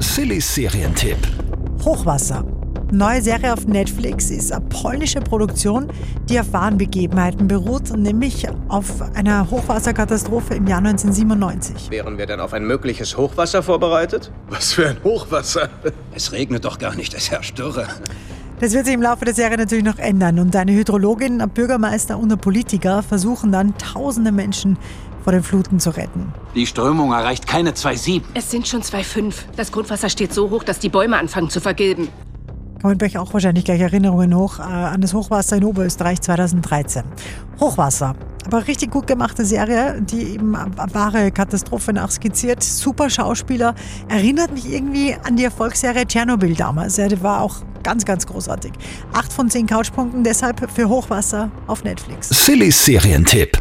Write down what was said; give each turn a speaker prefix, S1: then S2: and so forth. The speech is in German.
S1: Silly Serientipp.
S2: Hochwasser. Neue Serie auf Netflix ist eine polnische Produktion, die auf wahren Begebenheiten beruht, nämlich auf einer Hochwasserkatastrophe im Jahr 1997.
S3: Wären wir denn auf ein mögliches Hochwasser vorbereitet?
S4: Was für ein Hochwasser.
S5: Es regnet doch gar nicht, es herrscht Dürre.
S2: Das wird sich im Laufe der Serie natürlich noch ändern und eine Hydrologin, ein Bürgermeister und ein Politiker versuchen dann tausende Menschen vor den Fluten zu retten.
S5: Die Strömung erreicht keine 2,7.
S6: Es sind schon 2,5. Das Grundwasser steht so hoch, dass die Bäume anfangen zu vergilben.
S2: Kommen bei euch auch wahrscheinlich gleich Erinnerungen hoch äh, an das Hochwasser in Oberösterreich 2013. Hochwasser. Aber richtig gut gemachte Serie, die eben eine wahre Katastrophe nachskizziert. Super Schauspieler. Erinnert mich irgendwie an die Erfolgsserie Tschernobyl damals. Ja, die war auch ganz, ganz großartig. Acht von zehn Couchpunkten deshalb für Hochwasser auf Netflix.
S1: Silly Serientipp.